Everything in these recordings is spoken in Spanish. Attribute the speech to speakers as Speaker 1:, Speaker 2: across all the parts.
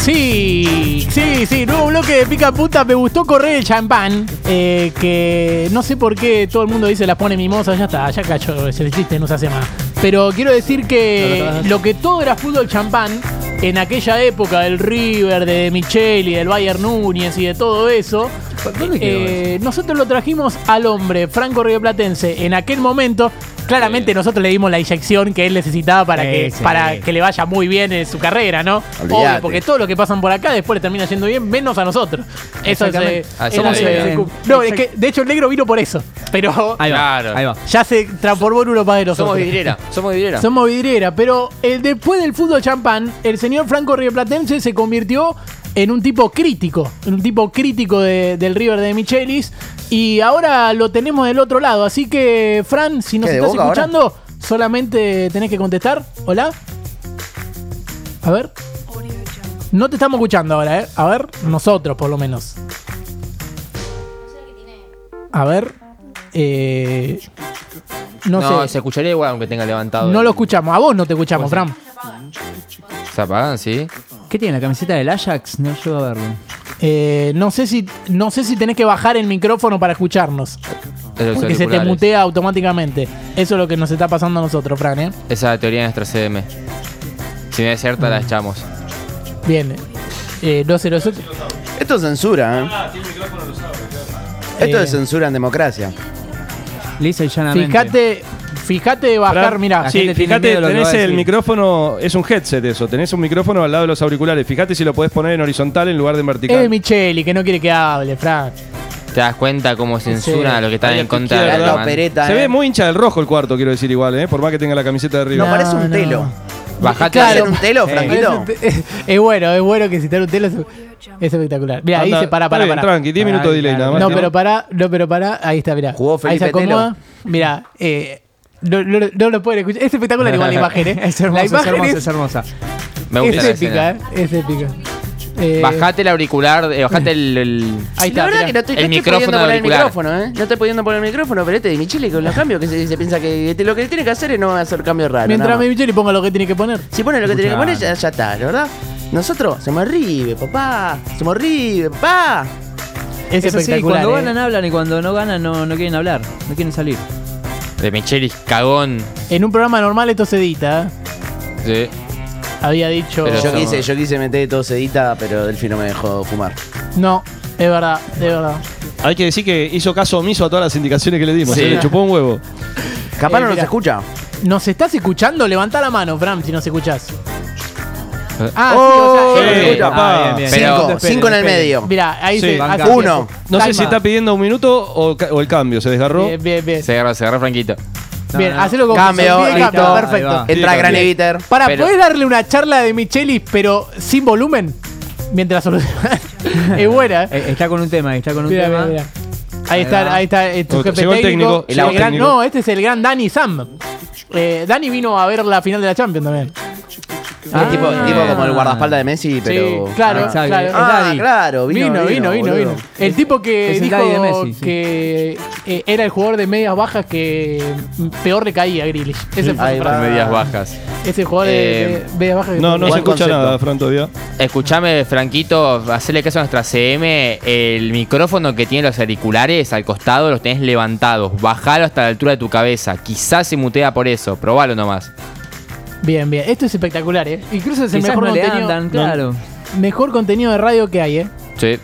Speaker 1: Sí, sí, sí, nuevo bloque de pica puta. Me gustó correr el champán. eh, que no sé por qué todo el mundo dice las pone mimosa. Ya está, ya cayó ese chiste, no se hace más. Pero quiero decir que lo que todo era fútbol champán, en aquella época del River, de Micheli, del Bayern Núñez y de todo eso,
Speaker 2: ¿Dónde quedó
Speaker 1: eh, nosotros lo trajimos al hombre, Franco Rioplatense, en aquel momento. Claramente
Speaker 2: Sí.
Speaker 1: nosotros le dimos la inyección que él necesitaba para,
Speaker 2: Sí,
Speaker 1: que,
Speaker 2: sí.
Speaker 1: para que le vaya muy bien en su carrera, ¿no?
Speaker 3: Olvídate.
Speaker 1: Obvio, porque todos los que pasan por acá después le termina yendo bien, menos a nosotros. Eso es, eh,
Speaker 2: Exactamente. Ah,
Speaker 1: era,
Speaker 2: somos
Speaker 1: eh,
Speaker 2: iguales.
Speaker 1: No, es que de hecho el negro vino por eso. Pero
Speaker 2: Ahí va,
Speaker 4: Claro.
Speaker 2: ahí va.
Speaker 1: ya se transformó en uno más de nosotros.
Speaker 2: Ah. Somos vidriera, somos vidriera.
Speaker 1: Somos vidriera, pero eh, después del fútbol champán, el señor Franco Rioplatense se convirtió en un tipo crítico, en un tipo crítico de- del River de Michelis. Y ahora lo tenemos del otro lado. Así que, Fran, si nos
Speaker 3: ¿Qué, de
Speaker 1: estás
Speaker 3: Boca ahora?
Speaker 1: escuchando, solamente tenés que contestar. Hola. A ver. No te estamos escuchando ahora, ¿eh? A ver, nosotros por lo menos. A ver. eh, no,
Speaker 2: No,
Speaker 1: sé.
Speaker 2: se escucharía igual aunque tenga levantado.
Speaker 1: No
Speaker 2: el-
Speaker 1: lo escuchamos, a vos no te escuchamos,
Speaker 3: Pues
Speaker 2: Puede
Speaker 1: Fran.
Speaker 2: Se apagan, sí.
Speaker 4: ¿Qué tiene? ¿La camiseta del Ajax? No llego a verlo.
Speaker 1: Eh, no, sé si, no sé si tenés que bajar el micrófono para escucharnos,
Speaker 2: De los
Speaker 1: porque se te
Speaker 2: auriculares.
Speaker 1: mutea automáticamente. Eso es lo que nos está pasando a nosotros, Fran. ¿eh?
Speaker 2: Esa teoría de nuestra CM. Si no es cierta,
Speaker 1: Mm.
Speaker 2: la echamos.
Speaker 1: Bien. Eh, no sé, nosotros-
Speaker 3: Esto es
Speaker 5: Ah,
Speaker 3: censura, ¿eh? Esto
Speaker 1: Eh.
Speaker 3: es censura en democracia.
Speaker 4: Lisa y llanamente.
Speaker 1: Fíjate, fíjate de bajar,
Speaker 5: Fran,
Speaker 1: Ah, mirá. Eh,
Speaker 4: La
Speaker 5: Sí,
Speaker 4: gente tiene
Speaker 5: fíjate,
Speaker 4: miedo de lo que
Speaker 5: tenés
Speaker 4: va a
Speaker 5: el
Speaker 4: decir.
Speaker 5: micrófono, es un headset eso, tenés un micrófono al lado de los auriculares. Fíjate si lo podés poner en horizontal en lugar de en
Speaker 1: Es de
Speaker 5: vertical.
Speaker 1: Micheli, que no quiere que hable, Fran.
Speaker 2: ¿Te das cuenta cómo censura
Speaker 1: Sí.
Speaker 2: a los que están
Speaker 5: Ahí
Speaker 2: en
Speaker 5: lo que
Speaker 2: contra
Speaker 5: quiera,
Speaker 2: de
Speaker 3: Es
Speaker 5: ¿verdad?
Speaker 3: la
Speaker 2: Erdogan?
Speaker 3: opereta.
Speaker 5: Se
Speaker 3: ¿eh?
Speaker 5: ve muy hincha del rojo el cuarto, quiero decir igual, ¿eh? por más que tenga la camiseta de arriba.
Speaker 3: No parece un
Speaker 1: no.
Speaker 3: telo.
Speaker 2: Bajate.
Speaker 1: Claro.
Speaker 3: ¿Parece un telo,
Speaker 5: Sí.
Speaker 3: Franquito?
Speaker 1: Es, es bueno, es bueno que citar un telo es, es espectacular. Mira, ahí
Speaker 5: Anda,
Speaker 1: dice para,
Speaker 5: está
Speaker 1: para,
Speaker 5: bien,
Speaker 1: para.
Speaker 5: Tranqui, 10
Speaker 4: Pará,
Speaker 5: minutos de delay
Speaker 4: claro.
Speaker 5: nada más.
Speaker 1: No,
Speaker 5: ¿no?
Speaker 1: pero pará, no, pero pará, ahí está, mirá.
Speaker 3: Jugó
Speaker 1: ahí se
Speaker 3: Felipe Telo.
Speaker 1: acomoda. Mirá, eh, no, no- no lo pueden escuchar. Es espectacular igual la imagen, ¿eh?
Speaker 4: Es hermosa,
Speaker 1: la
Speaker 4: es
Speaker 1: imagen
Speaker 4: hermosa,
Speaker 1: es-
Speaker 4: es hermosa.
Speaker 2: Me gusta
Speaker 1: es
Speaker 2: la
Speaker 1: épica,
Speaker 2: escena.
Speaker 1: ¿eh? Es épica. Eh,
Speaker 2: Bajate el auricular, eh, bajate el, el-
Speaker 1: Ahí
Speaker 3: La
Speaker 1: está.
Speaker 3: verdad
Speaker 1: mirá.
Speaker 3: que no estoy,
Speaker 2: El
Speaker 3: no estoy
Speaker 2: micrófono
Speaker 3: pudiendo poner el
Speaker 2: auricular.
Speaker 3: micrófono, ¿eh? No estoy pudiendo poner el micrófono, pero este de mi chile con los cambios que se, se piensa que que lo que tiene que hacer es no hacer cambios raros. nada
Speaker 1: Mientras
Speaker 3: más.
Speaker 1: me Micheli ponga lo que tiene que poner.
Speaker 3: Si pone lo que tiene que poner, ya, ya está, la verdad. Nosotros somos Rive, papá. Somos Rive, papá.
Speaker 1: Es
Speaker 4: Eso sí,
Speaker 1: espectacular.
Speaker 4: cuando
Speaker 1: eh.
Speaker 4: ganan hablan y cuando no ganan no, no quieren hablar, no quieren salir.
Speaker 2: de Michelis, cagón.
Speaker 1: En un programa normal esto se edita. ¿eh?
Speaker 2: Sí.
Speaker 1: Había dicho.
Speaker 2: Pero
Speaker 3: Yo
Speaker 2: somos-
Speaker 3: quise, yo quise meter todo sedita, pero Delfino me dejó fumar.
Speaker 1: No, es verdad, es verdad.
Speaker 5: Hay que decir que hizo caso omiso a todas las indicaciones que le dimos. eh.
Speaker 2: Sí.
Speaker 5: Se le chupó un huevo.
Speaker 3: Capaz
Speaker 1: Eh,
Speaker 3: no nos
Speaker 1: mira.
Speaker 3: escucha.
Speaker 1: ¿Nos estás escuchando? Levanta la mano, Fran, si nos escuchás. Ah,
Speaker 3: Oh,
Speaker 1: sí, o
Speaker 5: sí,
Speaker 1: sea, eh,
Speaker 5: escucha.
Speaker 4: Ah, bien, bien.
Speaker 2: Pero-
Speaker 3: cinco,
Speaker 4: Esperen,
Speaker 3: cinco en el
Speaker 4: esperen.
Speaker 3: medio.
Speaker 1: Mirá, ahí
Speaker 5: Sí,
Speaker 1: se.
Speaker 4: banca.
Speaker 1: hace-
Speaker 3: Uno.
Speaker 5: No
Speaker 1: Calma. Eh,
Speaker 5: sé si está pidiendo un minuto o, ca- o el cambio, se desgarró.
Speaker 1: Bien, bien, bien.
Speaker 2: Se agarró, se agarró Franquito.
Speaker 4: No,
Speaker 1: Bien,
Speaker 4: no.
Speaker 1: hacelo con
Speaker 3: Cambio,
Speaker 1: con-
Speaker 3: listo.
Speaker 1: cambio,
Speaker 4: Ahí
Speaker 1: perfecto.
Speaker 4: va.
Speaker 3: Entra
Speaker 5: Sí,
Speaker 3: Gran
Speaker 5: también.
Speaker 3: Eviter.
Speaker 1: Para, pues.
Speaker 2: Pero-
Speaker 1: ¿podés darle una charla de Michelis, pero sin volumen? Mientras soluciona. es buena. ¿eh?
Speaker 4: Eh, está con un tema, está con un
Speaker 1: Mirá,
Speaker 4: tema.
Speaker 1: mirá, mirá. Ahí,
Speaker 4: Ahí
Speaker 1: está,
Speaker 4: va.
Speaker 1: ahí está eh, tu
Speaker 5: Llegó
Speaker 1: jefe
Speaker 5: el técnico,
Speaker 1: El
Speaker 5: llegó
Speaker 1: gran-
Speaker 5: técnico.
Speaker 1: no, este es el gran Dani Sam. Eh, Dani vino a ver la final de la Champions también.
Speaker 4: Ah,
Speaker 1: Ah.
Speaker 3: Es tipo, tipo como el guardaespaldas de Messi, pero.
Speaker 1: sí, claro,
Speaker 4: exacto.
Speaker 1: claro.
Speaker 4: Es
Speaker 3: Ah,
Speaker 4: Daddy.
Speaker 3: claro,
Speaker 1: Vino, vino, vino,
Speaker 3: boludo.
Speaker 1: vino. El tipo que
Speaker 4: Es el
Speaker 1: dijo
Speaker 4: Daddy de Messi, sí.
Speaker 1: que eh, era el jugador de medias bajas que peor le caía a Grealish. Ese fue
Speaker 3: Ahí
Speaker 1: su
Speaker 3: va.
Speaker 1: frase.
Speaker 2: Medias bajas.
Speaker 1: Ese jugador de-
Speaker 2: Eh,
Speaker 1: de medias bajas que
Speaker 5: No, no se
Speaker 3: Buen
Speaker 5: escucha
Speaker 3: concepto.
Speaker 5: nada, Fran, todavía.
Speaker 2: Escuchame, Franquito, hacele caso a nuestra CM. El micrófono que tiene los auriculares al costado los tenés levantados. Bajalo hasta la altura de tu cabeza. Quizás se mutea por eso. Probalo nomás.
Speaker 1: Bien, bien. Esto es espectacular, ¿eh? Incluso es el
Speaker 4: Quizás
Speaker 1: mejor
Speaker 4: no le
Speaker 1: contenido.
Speaker 4: andan, claro.
Speaker 1: Mejor contenido de radio que hay, ¿eh?
Speaker 2: Sí.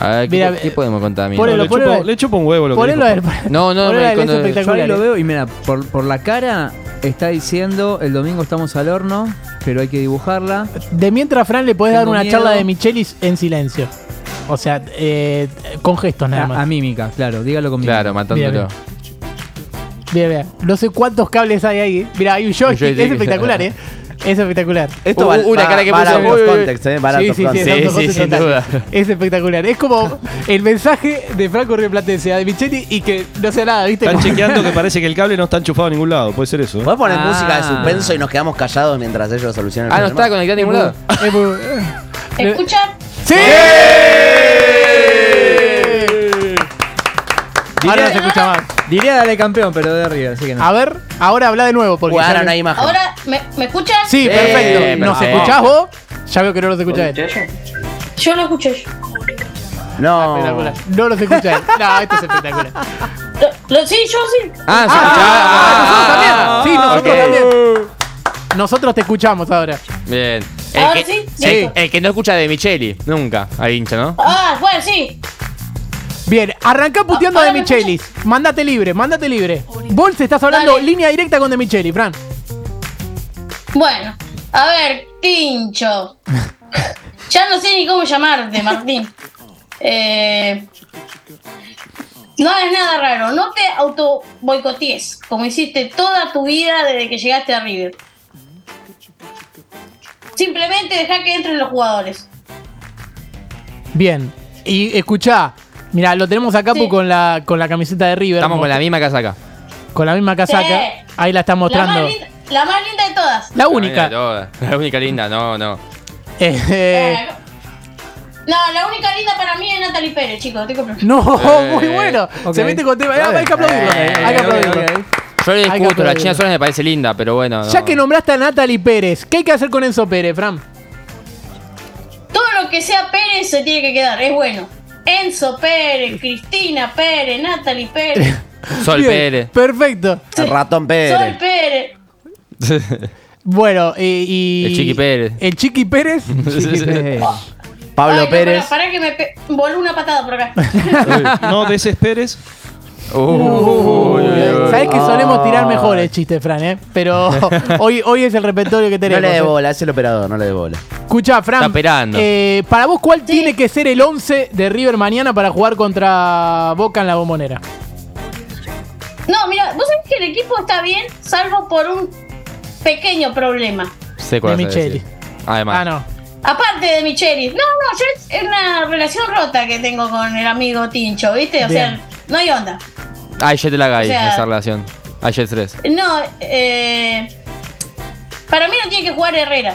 Speaker 2: A ver, ¿qué,
Speaker 1: Mira,
Speaker 2: qué
Speaker 1: eh,
Speaker 2: podemos contar, amigo?
Speaker 1: ponelo,
Speaker 5: le, chupo,
Speaker 1: ponelo.
Speaker 5: le chupo un huevo lo que
Speaker 1: Ponelo a
Speaker 5: dijo.
Speaker 1: él.
Speaker 2: No, no,
Speaker 1: ponelo a él,
Speaker 2: cuando-
Speaker 1: es
Speaker 4: Yo
Speaker 1: espectacular.
Speaker 4: ahí lo
Speaker 1: ¿eh?
Speaker 4: veo y mira, por, por la cara está diciendo el domingo estamos al horno, pero hay que dibujarla.
Speaker 1: De mientras, Fran, le podés
Speaker 4: Tengo
Speaker 1: dar una
Speaker 4: miedo.
Speaker 1: charla de Michelis en silencio. O sea, eh, con gestos nada
Speaker 4: A,
Speaker 1: más.
Speaker 4: a mímica, claro, dígalo con mímica.
Speaker 2: Claro, matándolo.
Speaker 1: Bien, Bien, bien. No sé cuántos cables hay ahí. Mira, hay un joystick.
Speaker 2: joystick.
Speaker 1: Es espectacular, ¿eh? Es espectacular.
Speaker 3: Esto
Speaker 2: Uh,
Speaker 3: va,
Speaker 2: uh, la
Speaker 3: va-
Speaker 2: cara que
Speaker 3: va
Speaker 2: puso.
Speaker 3: out of
Speaker 2: Uy, uy, uy.
Speaker 3: context, eh, va out
Speaker 1: Sí,
Speaker 3: of
Speaker 1: sí, sí,
Speaker 3: context.
Speaker 1: es
Speaker 2: Sí,
Speaker 1: autoconcepto
Speaker 2: sí, sin
Speaker 1: total.
Speaker 2: duda.
Speaker 1: Es espectacular. Es como el mensaje de Franco Río Platense a de Micheli y que no sea nada, ¿viste?
Speaker 5: Están
Speaker 1: Como-
Speaker 5: chequeando que parece que el cable no está enchufado a ningún lado, puede ser eso. ¿eh?
Speaker 3: ¿Podés poner
Speaker 4: Ah.
Speaker 3: música de suspenso y nos quedamos callados mientras ellos solucionan el
Speaker 2: Ah, no
Speaker 3: problema?
Speaker 2: está conectado a ningún lado.
Speaker 1: Es muy-
Speaker 6: ¿Te escuchan?
Speaker 1: ¡Sí! Ahora no se escucha más.
Speaker 4: Diría dale campeón, pero de arriba, así que no.
Speaker 1: A ver, ahora habla de nuevo. Porque
Speaker 3: Uy,
Speaker 1: ya
Speaker 3: ahora
Speaker 1: no-
Speaker 3: no hay imagen.
Speaker 6: Ahora, ¿me, me escuchas?
Speaker 1: Sí, perfecto. ¿Nos
Speaker 2: perfecto.
Speaker 1: escuchás vos? Ya veo que no los escucha él.
Speaker 6: Yo no escuché.
Speaker 3: No.
Speaker 1: Ah, Espectacular. No los escucha él. No, esto es espectacular.
Speaker 6: Lo, lo- sí, yo sí.
Speaker 2: Ah, se
Speaker 1: Ah,
Speaker 2: escuchaba.
Speaker 1: nosotros también. Sí, nosotros
Speaker 2: ok.
Speaker 1: también. Nosotros te escuchamos ahora.
Speaker 2: Bien.
Speaker 6: Ahora
Speaker 2: El que,
Speaker 6: sí,
Speaker 2: el-
Speaker 6: listo.
Speaker 2: el que no escucha de Micheli, nunca. Ahí hincha, ¿no?
Speaker 6: Ah, bueno, sí.
Speaker 1: Bien, arrancá puteando
Speaker 6: Ah,
Speaker 1: de
Speaker 6: ahora me
Speaker 1: Michelis. Mándate libre, mándate libre. Bols, estás hablando
Speaker 6: Dale.
Speaker 1: línea directa con de Micheli, Fran.
Speaker 6: Bueno, a ver, Tincho. ya no sé ni cómo llamarte, Martín. Eh, no hagas nada raro, no te auto boicotees, como hiciste toda tu vida desde que llegaste a River. Simplemente deja que entren los jugadores.
Speaker 1: Bien. Y escuchá, mira, lo tenemos a Capu
Speaker 6: Sí.
Speaker 1: con la con la camiseta de River.
Speaker 2: Estamos con la misma casaca.
Speaker 1: con la misma casaca.
Speaker 6: Sí.
Speaker 1: Ahí la está
Speaker 6: La más,
Speaker 1: mostrando.
Speaker 6: linda, la más linda de todas.
Speaker 1: La única.
Speaker 2: La, única linda, no, no.
Speaker 1: Eh, eh,
Speaker 6: No, la única linda para mí es Natalie Pérez, chicos. estoy comprometido.
Speaker 1: no,
Speaker 2: Eh,
Speaker 1: muy bueno.
Speaker 4: ok.
Speaker 1: Se mete con tema. Ah, hay que aplaudirlo.
Speaker 2: Eh, eh.
Speaker 1: hay que
Speaker 2: ok,
Speaker 1: aplaudirlo.
Speaker 2: Yo
Speaker 1: Hay
Speaker 2: le
Speaker 1: que
Speaker 2: discuto, la
Speaker 1: aplaudirlo.
Speaker 2: China Suárez me parece linda, pero bueno. no.
Speaker 1: Ya que nombraste a Natalie Pérez, ¿qué hay que hacer con Enzo Pérez, Fran?
Speaker 6: Todo lo que sea Pérez se tiene que quedar, es bueno. Enzo Pérez, Cristina Pérez, Natalie Pérez,
Speaker 2: Sol
Speaker 1: Bien,
Speaker 2: Pérez.
Speaker 1: Perfecto.
Speaker 3: Ratón
Speaker 6: Sol
Speaker 3: Pérez.
Speaker 6: Pérez.
Speaker 1: Bueno, eh, y.
Speaker 2: El Chiqui Pérez.
Speaker 1: El Chiqui Pérez.
Speaker 4: Eh,
Speaker 3: Pablo
Speaker 6: Ay, no,
Speaker 3: Pérez.
Speaker 6: pará, pará que me pe- voló una patada por acá.
Speaker 5: No desesperes.
Speaker 2: Uh,
Speaker 1: Sabes que solemos tirar mejores chistes, Fran, ¿eh? Pero hoy, hoy es el repertorio que
Speaker 3: No
Speaker 1: tenemos.
Speaker 3: le dé bola, es el operador, no le dé bola.
Speaker 1: Escucha, Fran.
Speaker 2: Está operando.
Speaker 1: eh, para vos, ¿cuál tiene que ser el 11 de River mañana para jugar contra Boca en la bombonera?
Speaker 6: No, mira, vos sabés que el equipo está bien, salvo por un pequeño problema.
Speaker 2: Sé cuál
Speaker 1: de
Speaker 2: vas a decir.
Speaker 1: Micheli.
Speaker 2: Además.
Speaker 1: Ah, no.
Speaker 6: Aparte de Michelis. No, no, yo es- es una relación rota que tengo con el amigo Tincho, ¿viste? O
Speaker 1: Bien.
Speaker 6: sea, no hay onda.
Speaker 2: Ay, yo te la caí,
Speaker 6: O sea-
Speaker 2: esa relación. Ay, yo 3.
Speaker 6: No, eh, para mí no tiene que jugar Herrera.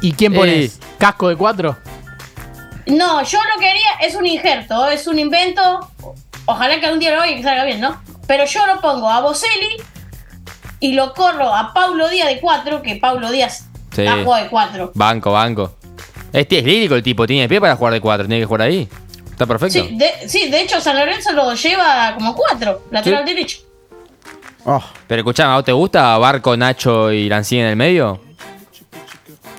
Speaker 1: ¿Y quién pones?
Speaker 2: Eh.
Speaker 1: ¿Casco de 4?
Speaker 6: No, yo lo que haría es un injerto, es un invento. Ojalá que algún día lo haga y que salga bien, ¿no? Pero yo lo pongo a Boselli y lo corro a Paulo Díaz de 4, que Paulo Díaz
Speaker 2: Sí.
Speaker 6: ha jugado de 4.
Speaker 2: Banco, banco. Este es lírico el tipo, tiene pie para jugar de 4, tiene que jugar ahí. Está perfecto.
Speaker 6: Sí de, sí, de hecho San Lorenzo lo lleva como 4, lateral derecho.
Speaker 3: Oh,
Speaker 2: Pero escuchame, ¿a vos te gusta Barco, Nacho y Lanzini en el medio?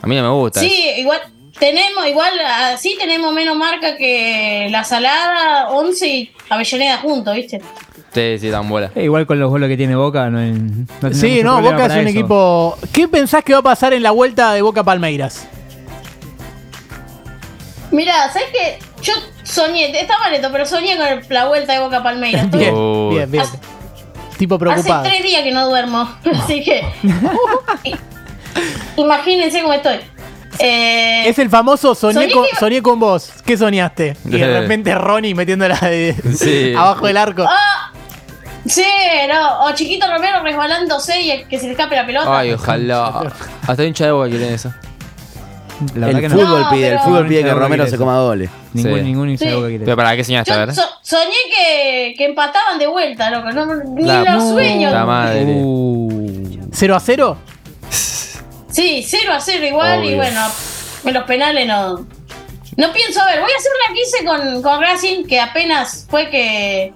Speaker 2: A mí no me gusta.
Speaker 6: Sí, igual tenemos, igual así tenemos menos marca que La Salada, 11 y Avellaneda juntos, ¿viste?
Speaker 2: Sí, sí, dan bola.
Speaker 4: eh, igual con los goles que tiene Boca, no, hay- no tiene
Speaker 1: Sí,
Speaker 4: mucho
Speaker 1: no,
Speaker 4: problema
Speaker 1: Boca es
Speaker 4: para
Speaker 1: un
Speaker 4: eso.
Speaker 1: equipo. ¿Qué pensás que va a pasar en la vuelta de Boca Palmeiras?
Speaker 6: Mira, ¿sabes qué? Yo soñé, estaba neto, pero soñé con el- la vuelta de Boca a Palmeiras. Estoy-
Speaker 1: Bien,
Speaker 2: Uy.
Speaker 1: bien, bien.
Speaker 6: Hace-
Speaker 1: Tipo preocupado.
Speaker 6: Hace tres días que no duermo, así que. Imagínense cómo estoy. Eh,
Speaker 1: Es el famoso soñé,
Speaker 6: Soñé
Speaker 1: con,
Speaker 6: que iba-
Speaker 1: soñé con vos. ¿Qué soñaste? Y de repente Ronnie metiéndola de-
Speaker 2: Sí.
Speaker 1: abajo del arco.
Speaker 6: ¡Ah! Sí, no. O Chiquito Romero resbalándose y que se le escape la pelota.
Speaker 2: Ay, ojalá. Hasta hincha de boca quieren eso.
Speaker 4: La verdad que
Speaker 3: el
Speaker 4: no.
Speaker 3: fútbol
Speaker 6: No,
Speaker 3: pide, el
Speaker 6: pero-
Speaker 3: fútbol pide que
Speaker 4: Ninguno
Speaker 3: Romero
Speaker 4: quiere
Speaker 3: se
Speaker 4: eso.
Speaker 3: coma goles.
Speaker 4: Ningún,
Speaker 2: Sí.
Speaker 4: ningún hincha de
Speaker 6: Sí.
Speaker 4: Boca quiere.
Speaker 2: Pero para qué soñaste,
Speaker 6: Yo
Speaker 2: a ver.
Speaker 6: so- soñé que, que empataban de vuelta, loco. No, ni
Speaker 2: La
Speaker 6: los
Speaker 2: puta
Speaker 6: sueños.
Speaker 2: La madre.
Speaker 4: Uh,
Speaker 1: 0 a 0.
Speaker 6: Sí, 0 a 0 igual
Speaker 2: Obvio.
Speaker 6: y bueno, en los penales no. No pienso, a ver, voy a hacer la que hice con, con Racing, que apenas fue que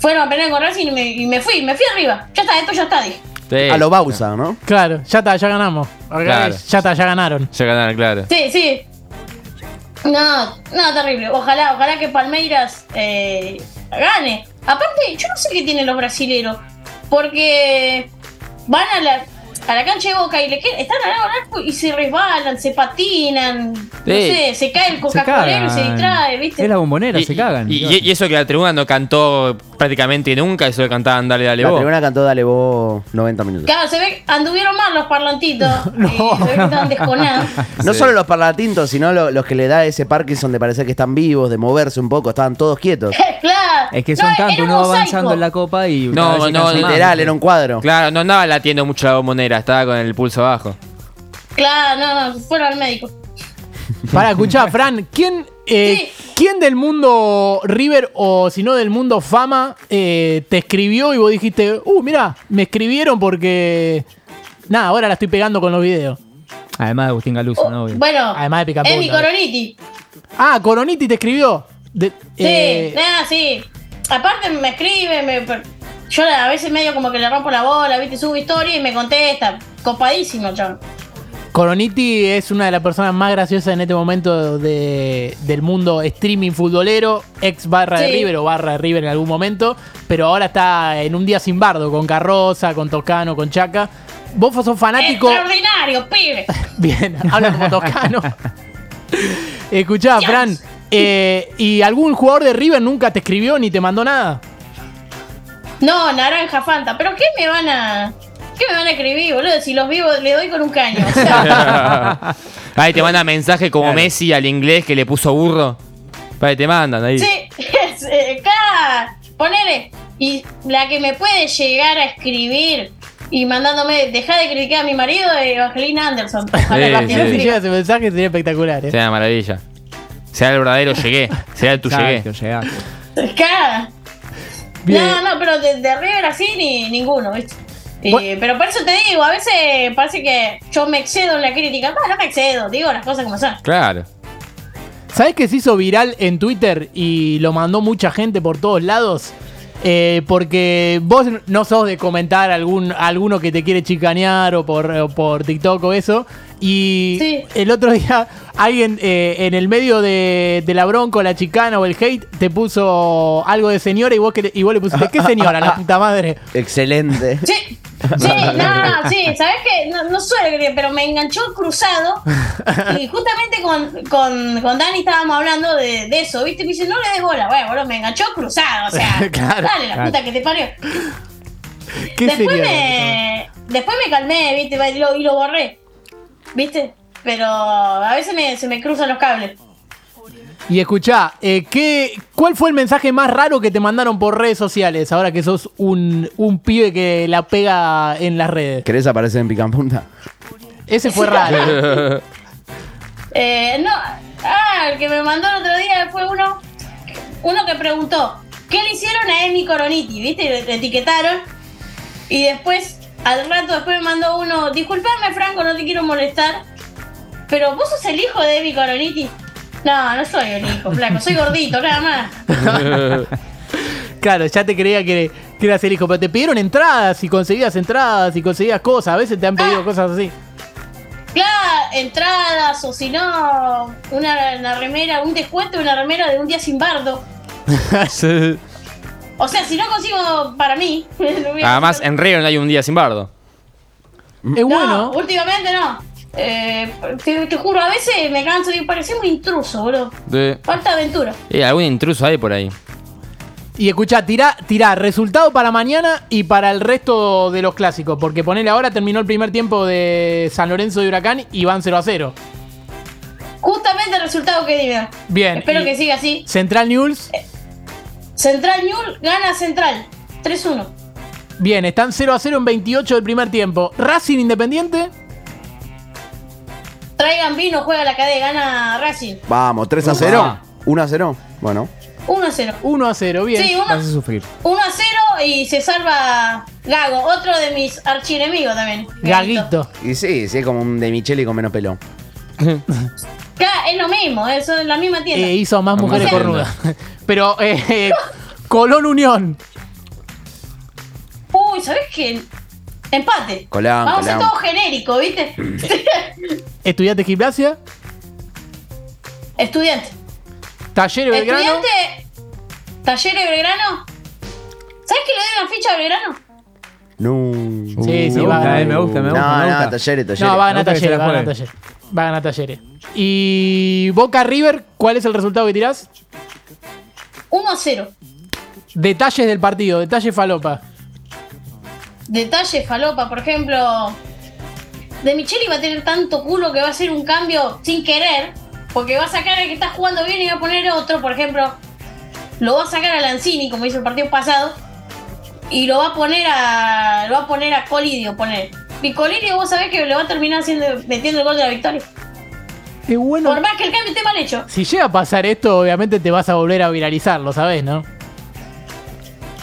Speaker 6: fueron a penal con Racing y me, y me fui, me fui arriba. Ya está, esto ya está, dije.
Speaker 2: Sí.
Speaker 3: A lo Bausa, ¿no?
Speaker 1: Claro, ya está, ya ganamos. Acá
Speaker 2: Claro.
Speaker 1: es, Ya está, ya ganaron.
Speaker 2: Ya ganaron, claro.
Speaker 6: Sí, sí. No, no, terrible. Ojalá, ojalá que Palmeiras eh, gane. Aparte, yo no sé qué tienen los brasileros. Porque van a la, a la cancha de boca y le que- están al lado del arco y se resbalan, se patinan. No
Speaker 2: Sí.
Speaker 6: sé, se cae el
Speaker 4: se
Speaker 6: Coca-Cola y
Speaker 4: cagan.
Speaker 6: se distrae, ¿viste?
Speaker 4: Es la bombonera,
Speaker 2: Y-
Speaker 4: se cagan.
Speaker 2: Y, y- y eso que la tribuna no cantó prácticamente nunca, eso de cantar Dale, dale,
Speaker 3: La
Speaker 2: vos.
Speaker 3: tribuna cantó Dale Bo 90 minutos.
Speaker 6: Claro, se ve que anduvieron mal los parlantitos. y se ve que estaban desconados.
Speaker 3: No solo los parlatintos, sino lo- los que le da ese Parkinson de parecer que están vivos, de moverse un poco, estaban todos quietos.
Speaker 6: claro.
Speaker 4: Es que
Speaker 6: No,
Speaker 4: son
Speaker 6: era
Speaker 4: tanto,
Speaker 6: un
Speaker 4: uno va
Speaker 6: mosaico.
Speaker 4: avanzando en la copa y.
Speaker 2: No,
Speaker 4: cada vez se
Speaker 2: no,
Speaker 4: cansa más.
Speaker 3: Literal, era un cuadro.
Speaker 2: Claro, no andaba latiendo mucho la bombonera, estaba con el pulso abajo.
Speaker 6: Claro, no, no, fueron al médico.
Speaker 1: Para escuchar, Fran, ¿quién, eh, ¿quién del mundo River o si no del mundo Fama eh, te escribió y vos dijiste, uh, mira, me escribieron porque. Nada, ahora la estoy pegando con los videos.
Speaker 4: Además de Agustín Galuso,
Speaker 6: Oh,
Speaker 4: ¿no? Obvio.
Speaker 6: Bueno,
Speaker 1: Además de Picaporta,
Speaker 6: Emi Coroniti.
Speaker 1: Ah, Coroniti te escribió. De-
Speaker 6: Sí,
Speaker 1: eh,
Speaker 6: nada, sí. Aparte me escribe, me, per- yo a veces medio como que le rompo la bola, viste, subo historia y me contesta. Copadísimo, chaval.
Speaker 1: Coroniti es una de las personas más graciosas en este momento de- del mundo streaming futbolero, ex barra de
Speaker 6: Sí.
Speaker 1: River o barra de River en algún momento, pero ahora está en un día sin bardo, con Carroza, con Toscano, con Chaca. Vos sos fanático.
Speaker 6: Extraordinario, pibe.
Speaker 1: Bien, habla como Toscano. Escuchá, Fran, eh, ¿y algún jugador de River nunca te escribió ni te mandó nada?
Speaker 6: No, naranja Fanta. ¿Pero qué me van a... ¿Qué me van a escribir, boludo? Si los vivo le doy con un caño. O sea,
Speaker 2: Ahí te manda mensaje como Messi al inglés que le puso burro. Ahí te mandan ahí.
Speaker 6: sí, es, eh, claro. Ponele. Y la que me puede llegar a escribir y mandándome, deja de criticar a mi marido, Evangelina Anderson. Ojalá
Speaker 2: Sí,
Speaker 6: la
Speaker 1: Si
Speaker 6: tenga
Speaker 1: no te
Speaker 2: sí.
Speaker 1: llega ese mensaje sería espectacular. ¿eh?
Speaker 2: Sea una maravilla. Sea el verdadero llegué. Sea el tu
Speaker 4: Exacto,
Speaker 2: llegué.
Speaker 4: llegaste.
Speaker 6: Acá.
Speaker 1: Bien.
Speaker 6: No, no, pero de, de River así ni ninguno, ¿viste? Y-
Speaker 1: Bu-
Speaker 6: pero por eso te digo, a veces parece que yo me excedo en la crítica. Bah, no me excedo, digo las cosas como son.
Speaker 2: Claro.
Speaker 1: ¿Sabés que se hizo viral en Twitter y lo mandó mucha gente por todos lados? Eh, porque vos no sos de comentar algún alguno que te quiere chicanear o por, o por TikTok o eso. Y
Speaker 6: Sí.
Speaker 1: el otro día alguien eh, en el medio de, de la bronca, o la chicana o el hate te puso algo de señora y vos, que le- y vos le pusiste, ¿qué señora? La puta madre.
Speaker 3: Excelente.
Speaker 6: Sí, sí, no, sí, sabes que no, no suele creer, pero me enganchó el cruzado. Y justamente con, con, con Dani estábamos hablando de, de eso, ¿viste? Y Me dice, no le des bola, bueno, boludo, me enganchó el cruzado, o sea,
Speaker 1: Claro,
Speaker 6: dale la
Speaker 4: claro.
Speaker 6: puta que te parió.
Speaker 1: ¿Qué
Speaker 6: después
Speaker 1: señora?
Speaker 6: me, después me calmé, ¿viste? Y lo, y lo borré, ¿viste? Pero a veces me- se me cruzan los cables.
Speaker 1: Y escuchá, eh, ¿qué, ¿cuál fue el mensaje más raro que te mandaron por redes sociales ahora que sos un, un pibe que la pega en las redes?
Speaker 3: ¿Querés aparecer en Picapunta?
Speaker 1: Ese fue raro.
Speaker 6: Eh, no, ah, el que me mandó el otro día fue uno, uno que preguntó, ¿qué le hicieron a Emi Coroniti? ¿Viste? Le, le etiquetaron. Y después, al rato después me mandó uno, disculpame Franco, no te quiero molestar, pero vos sos el hijo de Emi Coroniti. No, no soy el hijo, flaco, soy gordito, nada más.
Speaker 1: Claro, ya te creía que, que eras el hijo, pero te pidieron entradas y conseguías entradas y conseguías cosas. A veces te han pedido cosas así.
Speaker 6: Claro, entradas o si no, una, una remera, un descuento, de una remera de un día sin bardo. O sea, si no consigo para mí. lo voy a
Speaker 2: Además,
Speaker 6: hacer.
Speaker 2: en Río no hay un día sin bardo.
Speaker 1: Es
Speaker 6: No,
Speaker 1: bueno.
Speaker 6: últimamente no. Eh, te, te juro, a veces me canso, digo, parecemos intruso, boludo. Falta aventura.
Speaker 2: Eh, algún intruso hay por ahí.
Speaker 1: Y escuchá, tirá, tirá, resultado para mañana y para el resto de los clásicos. Porque ponele ahora terminó el primer tiempo de San Lorenzo de Huracán y van 0 a 0.
Speaker 6: Justamente el resultado que dime.
Speaker 1: Bien.
Speaker 6: Espero
Speaker 1: y
Speaker 6: que siga así.
Speaker 1: Central News,
Speaker 6: Central Newell gana Central. 3-1.
Speaker 1: bien, están 0 a 0 en 28 del primer tiempo. Racing Independiente,
Speaker 6: Traigan vino, juega la cadena, gana Racing.
Speaker 3: Vamos, 3 a 0. 1 a 0. Bueno.
Speaker 6: 1-0.
Speaker 1: 1 a 0, bien.
Speaker 6: Sí,
Speaker 4: Vas a
Speaker 6: 1
Speaker 4: sufrir.
Speaker 6: 1-0 y se salva Gago, otro de mis archienemigos también.
Speaker 1: Gaguito.
Speaker 3: Y sí, sí, es como un de Micheli con menos pelo.
Speaker 6: Claro, es lo mismo, es son la misma tienda.
Speaker 1: Eh, hizo más
Speaker 2: No me
Speaker 1: mujeres
Speaker 2: entiendo.
Speaker 1: cornudas. Pero eh, eh, Colón Unión.
Speaker 6: Uy, ¿sabes qué? Empate.
Speaker 3: Colán,
Speaker 6: Vamos
Speaker 3: colán.
Speaker 6: a hacer todo genérico, ¿viste?
Speaker 1: Estudiante Gimnasia.
Speaker 6: Estudiante.
Speaker 1: Taller Belgrano.
Speaker 6: Estudiante. Taller de Belgrano. ¿Sabes que le doy una ficha a Belgrano?
Speaker 3: No.
Speaker 1: Sí, sí,
Speaker 4: me
Speaker 1: va a
Speaker 4: gusta, eh,
Speaker 1: ganar.
Speaker 4: me gusta, me
Speaker 3: No,
Speaker 4: gusta. me
Speaker 3: no,
Speaker 4: gusta.
Speaker 3: talleres, talleres.
Speaker 1: No, va a ganar
Speaker 4: Me gusta que se
Speaker 1: Talleres.
Speaker 4: la
Speaker 1: Va a ganar
Speaker 4: jueguen.
Speaker 1: Talleres. Va a ganar Talleres. Y Boca River, ¿cuál es el resultado que tirás?
Speaker 6: 1-0.
Speaker 1: Detalles del partido, detalles falopa.
Speaker 6: Detalle falopa, por ejemplo. De Micheli va a tener tanto culo que va a hacer un cambio sin querer. Porque va a sacar al que está jugando bien y va a poner otro, por ejemplo. Lo va a sacar a Lanzini, como hizo el partido pasado. Y lo va a poner a. Lo va a poner a Colidio, poner. Y Colidio vos sabés que le va a terminar haciendo- metiendo el gol de la victoria.
Speaker 1: Qué bueno.
Speaker 6: Por más que el cambio esté mal hecho.
Speaker 1: Si llega a pasar esto, obviamente te vas a volver a viralizar, lo sabés, ¿no?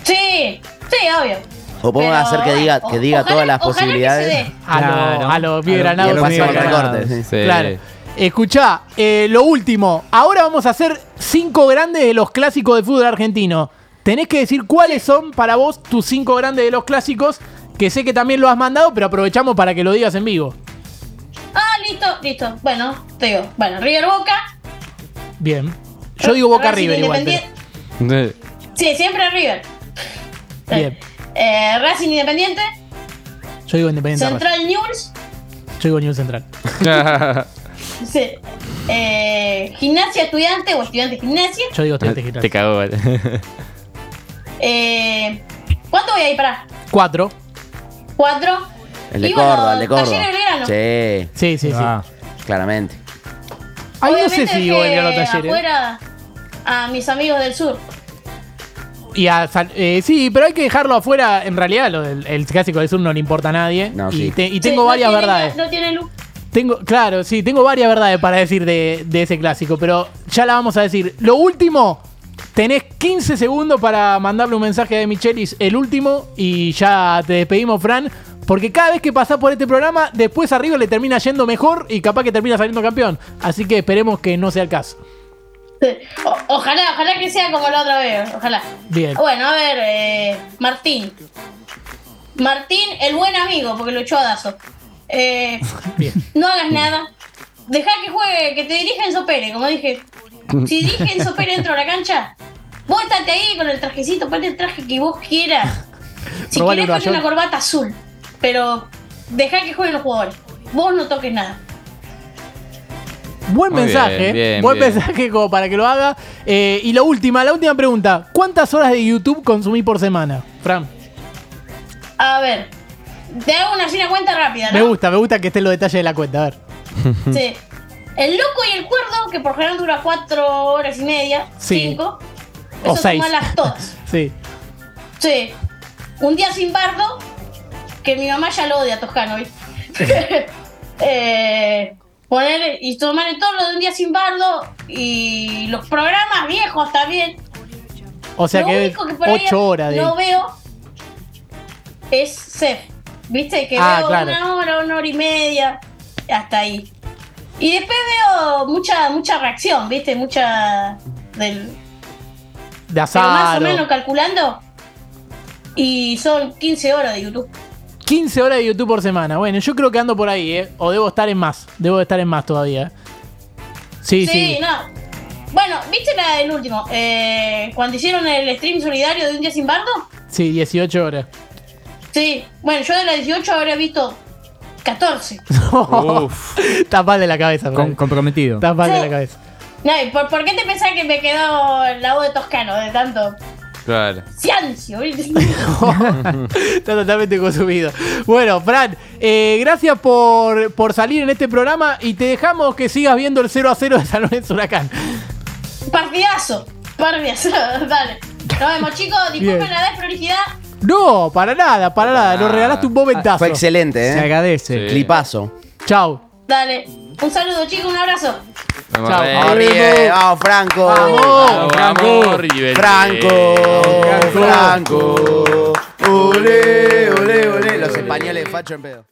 Speaker 6: Sí, sí, obvio.
Speaker 3: O podemos
Speaker 6: Pero,
Speaker 3: hacer que diga,
Speaker 6: o-
Speaker 3: que diga
Speaker 6: ojalá-
Speaker 3: todas las
Speaker 6: ojalá que se
Speaker 3: posibilidades.
Speaker 6: dé.
Speaker 1: A
Speaker 4: Claro.
Speaker 1: lo, a lo
Speaker 4: A
Speaker 1: Pie
Speaker 4: lo
Speaker 1: Granado.
Speaker 3: Y
Speaker 4: Pie
Speaker 3: lo
Speaker 1: Pie
Speaker 3: pasan por
Speaker 4: Granado.
Speaker 1: Granado.
Speaker 3: recortes. sí.
Speaker 2: Sí.
Speaker 1: Claro. Escuchá, eh, lo último. Ahora vamos a hacer cinco grandes de los clásicos de fútbol argentino. Tenés que decir cuáles son para vos tus cinco grandes de los clásicos, que sé que también lo has mandado, pero aprovechamos para que lo digas en vivo.
Speaker 6: Ah, listo, listo. Bueno, te digo. Bueno, River Boca.
Speaker 1: Bien. Yo digo Boca
Speaker 6: Racing
Speaker 1: River igual. pero-
Speaker 6: Independiente- Sí, siempre River.
Speaker 1: Bien.
Speaker 6: Eh, Racing Independiente,
Speaker 1: Yo digo Independiente. Racing.
Speaker 6: Central News,
Speaker 1: Yo digo Unión Central.
Speaker 6: sí. Eh, Gimnasia Estudiante o Estudiante Gimnasia.
Speaker 1: Yo digo Estudiantes Gimnasia.
Speaker 2: Te cagó.
Speaker 6: Eh, ¿Cuánto voy a ir para?
Speaker 1: Cuatro.
Speaker 6: ¿Cuatro?
Speaker 3: El de
Speaker 6: Y bueno,
Speaker 3: Córdoba, el de
Speaker 6: Talleres
Speaker 3: Córdoba.
Speaker 6: Belgrano.
Speaker 3: Sí,
Speaker 1: Sí, sí, sí.
Speaker 7: Ah,
Speaker 3: claramente.
Speaker 1: Ahí no sé
Speaker 6: Obviamente
Speaker 1: si digo
Speaker 6: dejé
Speaker 1: Belgrano Talleres.
Speaker 6: afuera a mis amigos del sur.
Speaker 1: Y a San- eh, sí, pero hay que dejarlo afuera. En realidad, lo del- el clásico del sur no le importa a nadie.
Speaker 3: No,
Speaker 1: y,
Speaker 3: sí.
Speaker 1: te- y tengo
Speaker 6: Sí, no
Speaker 1: varias
Speaker 6: tiene-
Speaker 1: verdades.
Speaker 6: No tiene luz.
Speaker 1: Tengo, claro, sí, tengo varias verdades para decir de, de ese clásico, pero ya la vamos a decir. Lo último, tenés 15 segundos para mandarle un mensaje a De Michelis, el último, y ya te despedimos, Fran, porque cada vez que pasás por este programa, después arriba le termina yendo mejor y capaz que termina saliendo campeón. Así que esperemos que no sea el caso.
Speaker 6: O- ojalá, ojalá que sea como la otra vez. Ojalá.
Speaker 1: Bien.
Speaker 6: Bueno, a ver, eh, Martín. Martín, el buen amigo, porque lo echó a Dazo. Eh,
Speaker 1: Bien.
Speaker 6: no hagas nada. Deja que juegue, que te dirija Enzo Pérez, como dije. Si dirige Enzo Pérez dentro de la cancha, vos estate ahí con el trajecito, ponte el traje que vos quieras. Si
Speaker 1: Robale
Speaker 6: querés,
Speaker 1: uno a
Speaker 6: ponte una
Speaker 1: John.
Speaker 6: corbata azul. Pero deja que jueguen los jugadores. Vos no toques nada.
Speaker 1: Buen
Speaker 2: Muy
Speaker 1: mensaje, ¿eh?
Speaker 2: bien, bien,
Speaker 1: buen
Speaker 2: bien.
Speaker 1: mensaje como para que lo haga. Eh, y la última, la última pregunta. ¿Cuántas horas de YouTube consumí por semana? Fran,
Speaker 6: A ver, te hago una, así una cuenta rápida,
Speaker 1: me
Speaker 6: ¿no?
Speaker 1: gusta, me gusta que estén los detalles de la cuenta. A ver. Mm.
Speaker 6: Sí. El loco y el cuerdo, que por general dura cuatro horas y media,
Speaker 1: Sí.
Speaker 6: cinco.
Speaker 1: O
Speaker 6: Eso
Speaker 1: seis.
Speaker 6: sumalas todas.
Speaker 1: Sí.
Speaker 6: Sí. Un día sin bardo, que mi mamá ya lo odia, Toscano. ¿viste? eh, poner y tomar todo lo de un día sin bardo y los programas viejos también.
Speaker 1: O sea
Speaker 6: lo
Speaker 1: que
Speaker 6: único que por ahí
Speaker 1: 8 horas de.
Speaker 6: no veo es Sef. ¿Viste? Que
Speaker 1: Ah,
Speaker 6: veo
Speaker 1: claro.
Speaker 6: una hora, una hora y media, hasta ahí. Y después veo mucha, mucha reacción, ¿viste? Mucha del.
Speaker 1: de
Speaker 6: Pero más o
Speaker 1: asado.
Speaker 6: menos calculando. Y son 15 horas de YouTube.
Speaker 1: 15 horas de YouTube por semana. Bueno, yo creo que ando por ahí, ¿eh? O debo estar en más. Debo estar en más todavía. eh. Sí,
Speaker 6: Sí,
Speaker 1: sí.
Speaker 6: no. Bueno, ¿viste la del último? Eh, cuando hicieron el stream solidario de un día sin bardo.
Speaker 1: Sí, 18 horas.
Speaker 6: Sí. Bueno, yo de las 18 habré visto 14.
Speaker 1: Tapás de la cabeza,
Speaker 4: Con-
Speaker 1: Fran.
Speaker 4: comprometido.
Speaker 1: Tapás de
Speaker 6: Sí.
Speaker 1: la cabeza.
Speaker 6: No, ¿y por, por qué te pensás que me quedó la voz de Toscano de tanto
Speaker 2: Claro.
Speaker 6: ciancio? ¿viste?
Speaker 1: Está totalmente consumido. Bueno, Fran, eh, gracias por, por salir en este programa y te dejamos que sigas viendo el 0 a 0 de San Lorenzo Huracán.
Speaker 6: Partidazo, partidazo, dale. Nos vemos chicos,
Speaker 1: Bien.
Speaker 6: disculpen la desprolijidad.
Speaker 1: No, para nada, para nada. Nos regalaste un momentazo.
Speaker 3: Fue excelente,
Speaker 4: Se
Speaker 3: ¿eh?
Speaker 4: agradece.
Speaker 2: Sí.
Speaker 3: Clipazo.
Speaker 1: Chau.
Speaker 6: Dale. Un saludo chicos, un abrazo.
Speaker 2: Vamos,
Speaker 1: Chao.
Speaker 4: Eh,
Speaker 2: River.
Speaker 1: Vamos,
Speaker 3: Arriba, vamos, Franco.
Speaker 1: ¡Vamos!
Speaker 2: Vamos, River.
Speaker 3: Franco. Franco. Ole, ole, ole. Los españoles facho en pedo.